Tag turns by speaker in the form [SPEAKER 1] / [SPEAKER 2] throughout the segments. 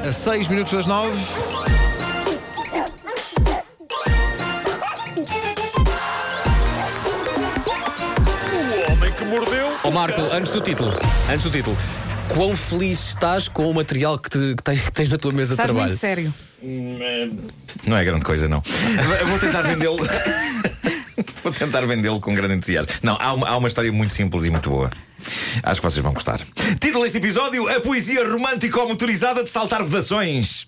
[SPEAKER 1] a 6 minutos das 9.
[SPEAKER 2] O homem que mordeu.
[SPEAKER 3] Ó Marco, antes do título, antes do título, quão feliz estás com o material que, te- que tem- que tens na tua mesa
[SPEAKER 4] Estás
[SPEAKER 3] de trabalho?
[SPEAKER 4] muito sério.
[SPEAKER 5] Não é grande coisa, não. Eu vou tentar vendê-lo. vou tentar vendê-lo com grande entusiasmo. Não, há uma, há uma história muito simples e muito boa. Acho que vocês vão gostar. Título deste episódio: A poesia romântico-motorizada de saltar vedações.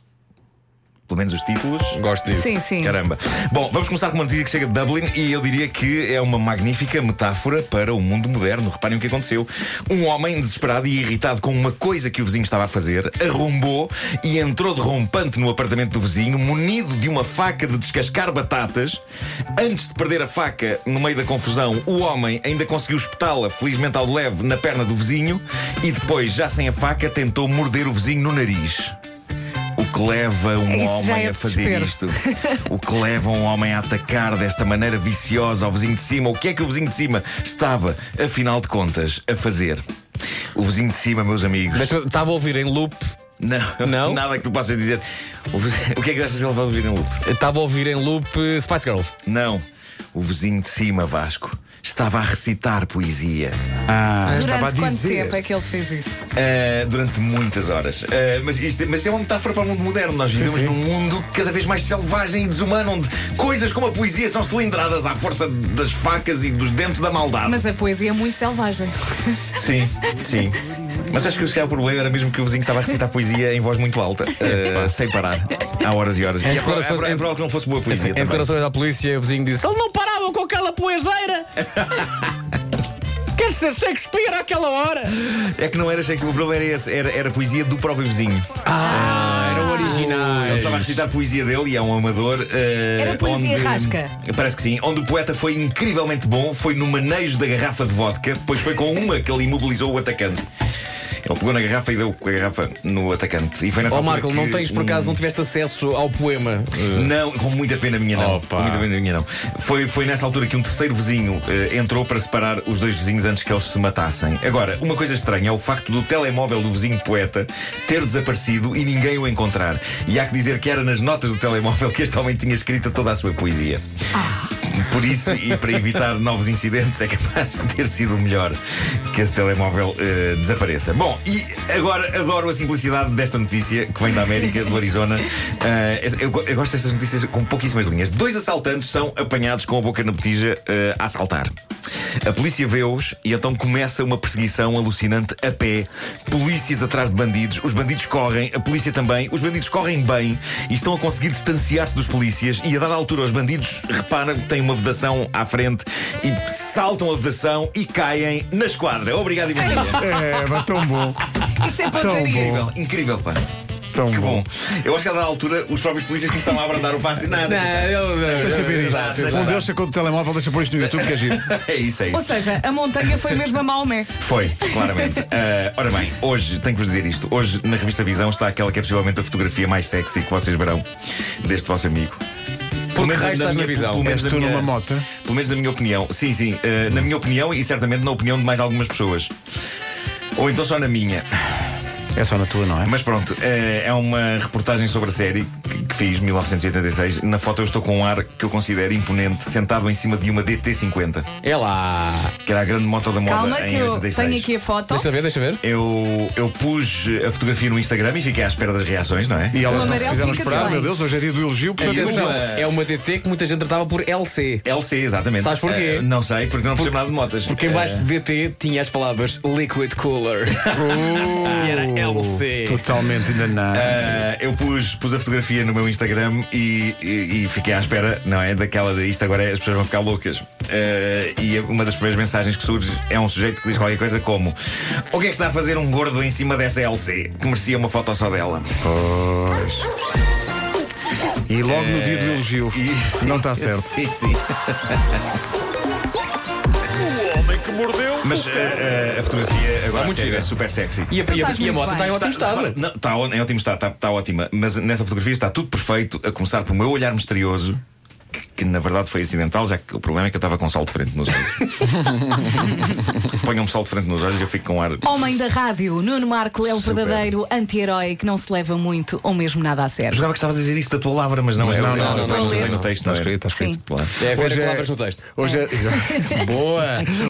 [SPEAKER 5] Pelo menos os títulos.
[SPEAKER 3] Gosto disso.
[SPEAKER 4] Sim, sim.
[SPEAKER 5] Caramba. Bom, vamos começar com uma notícia que chega de Dublin e eu diria que é uma magnífica metáfora para o mundo moderno. Reparem o que aconteceu. Um homem desesperado e irritado com uma coisa que o vizinho estava a fazer, arrombou e entrou de rompante no apartamento do vizinho, munido de uma faca de descascar batatas. Antes de perder a faca no meio da confusão, o homem ainda conseguiu espetá-la, felizmente ao de leve, na perna do vizinho e depois, já sem a faca, tentou morder o vizinho no nariz. O que leva um
[SPEAKER 4] Isso já
[SPEAKER 5] homem
[SPEAKER 4] é
[SPEAKER 5] a fazer
[SPEAKER 4] desespero.
[SPEAKER 5] isto? O que leva um homem a atacar desta maneira viciosa ao vizinho de cima? O que é que o vizinho de cima estava, afinal de contas, a fazer? O vizinho de cima, meus amigos.
[SPEAKER 3] Deixa- Estava a ouvir em loop,
[SPEAKER 5] Não,
[SPEAKER 3] Não?
[SPEAKER 5] nada que tu possas dizer. O, vizinho- o que é que achas que ele vai ouvir em loop?
[SPEAKER 3] estava a ouvir em loop eh, Spice Girls.
[SPEAKER 5] Não. O vizinho de cima, Vasco, estava a recitar poesia.
[SPEAKER 1] Ah, estava a
[SPEAKER 4] Durante quanto
[SPEAKER 1] dizer.
[SPEAKER 4] tempo é que ele fez isso?
[SPEAKER 5] Uh, durante muitas horas. Uh, mas, isto, mas é uma metáfora para o mundo moderno. Nós vivemos num mundo cada vez mais selvagem e desumano, onde coisas como a poesia são cilindradas à força das facas e dos dentes da maldade.
[SPEAKER 4] Mas a poesia é muito selvagem.
[SPEAKER 5] Sim, sim. Mas acho que o se calhar, o problema era mesmo que o vizinho estava a recitar poesia em voz muito alta, uh, sem parar, há horas e horas. E é prova- é
[SPEAKER 3] declarações-
[SPEAKER 5] prova- é prova que não fosse boa poesia.
[SPEAKER 3] Em
[SPEAKER 5] também.
[SPEAKER 3] declarações à polícia, o vizinho disse: Ele não parava com aquela poeseira! Quer ser Shakespeare àquela hora!
[SPEAKER 5] É que não era Shakespeare, o problema era esse, era, era a poesia do próprio vizinho.
[SPEAKER 3] Era o original.
[SPEAKER 5] Ele estava a recitar poesia dele e é um amador. eh,
[SPEAKER 4] Era poesia
[SPEAKER 5] onde-
[SPEAKER 4] rasca.
[SPEAKER 5] Parece que sim. Onde o poeta foi incrivelmente bom foi no manejo da garrafa de vodka, pois foi com uma que ele imobilizou o atacante. Ele pegou na garrafa e deu com a garrafa no atacante. E foi nessa
[SPEAKER 3] Ó
[SPEAKER 5] altura
[SPEAKER 3] Marco,
[SPEAKER 5] que um
[SPEAKER 3] não tens por acaso, não tiveste acesso ao poema?
[SPEAKER 5] Não, com muita pena minha não.
[SPEAKER 3] Opa.
[SPEAKER 5] Com muita pena minha não. Foi, foi nessa altura que um terceiro vizinho eh, entrou para separar os dois vizinhos antes que eles se matassem. Agora, uma coisa estranha é o facto do telemóvel do vizinho poeta ter desaparecido e ninguém o encontrar. E há que dizer que era nas notas do telemóvel que este homem tinha escrita toda a sua poesia. Por isso, e para evitar novos incidentes, é capaz de ter sido melhor que esse telemóvel eh, desapareça. Bom, e agora adoro a simplicidade desta notícia que vem da América, do Arizona. Eh, eu, go- eu gosto destas notícias com pouquíssimas linhas. Dois assaltantes são apanhados com a boca na botija eh, a assaltar. A polícia vê-os e então começa uma perseguição alucinante a pé. Polícias atrás de bandidos, os bandidos correm, a polícia também, os bandidos correm bem e estão a conseguir distanciar-se dos polícias. E a dada altura, os bandidos reparam que têm uma vedação à frente e saltam a vedação e caem na esquadra. Obrigado e bom dia.
[SPEAKER 1] É, mas tão bom.
[SPEAKER 4] Isso é
[SPEAKER 1] Ah, Tão
[SPEAKER 4] pontaria.
[SPEAKER 1] bom.
[SPEAKER 5] Incrível, incrível, pá.
[SPEAKER 1] Tão
[SPEAKER 5] Que
[SPEAKER 1] bom.
[SPEAKER 5] bom. Eu acho que a dada altura os próprios polícias começaram a abrandar o passo de
[SPEAKER 3] Não,
[SPEAKER 5] nada.
[SPEAKER 3] eu-
[SPEAKER 1] Deixa
[SPEAKER 3] eu-
[SPEAKER 1] ver
[SPEAKER 5] Exato,
[SPEAKER 1] isto. Um
[SPEAKER 5] exato.
[SPEAKER 1] Deus sacou do telemóvel, deixa pôr isto no YouTube, que é giro.
[SPEAKER 5] É isso, é isso.
[SPEAKER 4] Ou seja, a montanha foi mesmo a Maomé.
[SPEAKER 5] Foi, claramente. Ah, ora bem, hoje, tenho que vos dizer isto. Hoje, na revista Visão, está aquela que é possivelmente a fotografia mais sexy que vocês verão deste vosso amigo. Pelo menos
[SPEAKER 3] raio estás
[SPEAKER 5] minha-
[SPEAKER 3] na Visão?
[SPEAKER 5] Pelo menos
[SPEAKER 1] És
[SPEAKER 5] na
[SPEAKER 1] tu
[SPEAKER 5] minha-
[SPEAKER 1] numa mota?
[SPEAKER 5] Pelo menos na minha opinião. Sim, sim. ah, na minha opinião e certamente na opinião de mais algumas pessoas. Ou então só na minha.
[SPEAKER 1] É só na tua, não é?
[SPEAKER 5] Mas pronto, eh, é uma reportagem sobre a série que que fiz, 1986. Na foto eu estou com um ar que eu considero imponente, sentado em cima de uma DT50,
[SPEAKER 3] É lá.
[SPEAKER 5] que era a grande moto da moda
[SPEAKER 4] Calma
[SPEAKER 5] em
[SPEAKER 4] que eu
[SPEAKER 5] 86.
[SPEAKER 4] tenho aqui a foto.
[SPEAKER 3] Deixa ver, deixa ver.
[SPEAKER 5] Eu, eu pus a fotografia no Instagram e fiquei à espera das reações, não é?
[SPEAKER 1] E elas
[SPEAKER 4] O
[SPEAKER 1] não se
[SPEAKER 4] amarelo
[SPEAKER 1] fizeram
[SPEAKER 4] fica
[SPEAKER 1] esperar,
[SPEAKER 4] bem.
[SPEAKER 1] meu Deus, hoje é dia do elogio, portanto é
[SPEAKER 3] Atenção,
[SPEAKER 1] uma-
[SPEAKER 5] uma-
[SPEAKER 3] é uma DT que muita gente tratava por LC.
[SPEAKER 5] LC, exatamente.
[SPEAKER 3] Sabes porquê?
[SPEAKER 5] Eh, não sei, porque não percebo nada de motas.
[SPEAKER 3] Porque embaixo de DT tinha as palavras Liquid Cooler. e era LC.
[SPEAKER 1] Totalmente ainda não.
[SPEAKER 5] Eh, eu pus, pus a fotografia no meu Instagram e, e- e fiquei à espera, não é? Daquela de isto agora é- as pessoas vão ficar loucas. Eh, e uma das primeiras mensagens que surge é um sujeito que diz qualquer coisa como: O que é que está a fazer um gordo em cima dessa LC? Que merecia uma foto só dela.
[SPEAKER 1] E logo no dia do elogio.
[SPEAKER 5] E-
[SPEAKER 1] Não está certo.
[SPEAKER 5] Sim, sim.
[SPEAKER 2] O homem que mordeu.
[SPEAKER 5] Mas eh, eh, a fotografia agora
[SPEAKER 3] Tá muito
[SPEAKER 5] sério,
[SPEAKER 3] gira.
[SPEAKER 5] é super sexy.
[SPEAKER 3] E a, e a-
[SPEAKER 4] estás
[SPEAKER 3] e a
[SPEAKER 4] muito
[SPEAKER 3] moto
[SPEAKER 4] bem.
[SPEAKER 3] está em ótimo estado.
[SPEAKER 5] Não, está ó- em ótimo estado, está, está ótima. Mas nessa fotografia está tudo perfeito, a começar pelo meu olhar misterioso. que, que na verdade foi acidental, já que o problema é que eu estava com sol de frente nos olhos. Ponham-me sol de frente nos olhos e eu fico com ar.
[SPEAKER 4] Homem da rádio, Nuno Marco é o
[SPEAKER 5] Super.
[SPEAKER 4] verdadeiro anti-herói que não se leva muito ou mesmo nada a sério.
[SPEAKER 5] Jogava que estava a dizer isso da tua palavra, mas não é.
[SPEAKER 3] não,
[SPEAKER 5] é-
[SPEAKER 3] não,
[SPEAKER 5] é-
[SPEAKER 3] não,
[SPEAKER 5] está
[SPEAKER 4] não,
[SPEAKER 5] escrito
[SPEAKER 4] não,
[SPEAKER 5] no texto,
[SPEAKER 3] não,
[SPEAKER 5] não é?
[SPEAKER 3] está escrito, está escrito.
[SPEAKER 5] Claro.
[SPEAKER 1] É haver
[SPEAKER 3] Hoje é-
[SPEAKER 1] palavras no texto.
[SPEAKER 3] Hoje é.
[SPEAKER 1] Boa!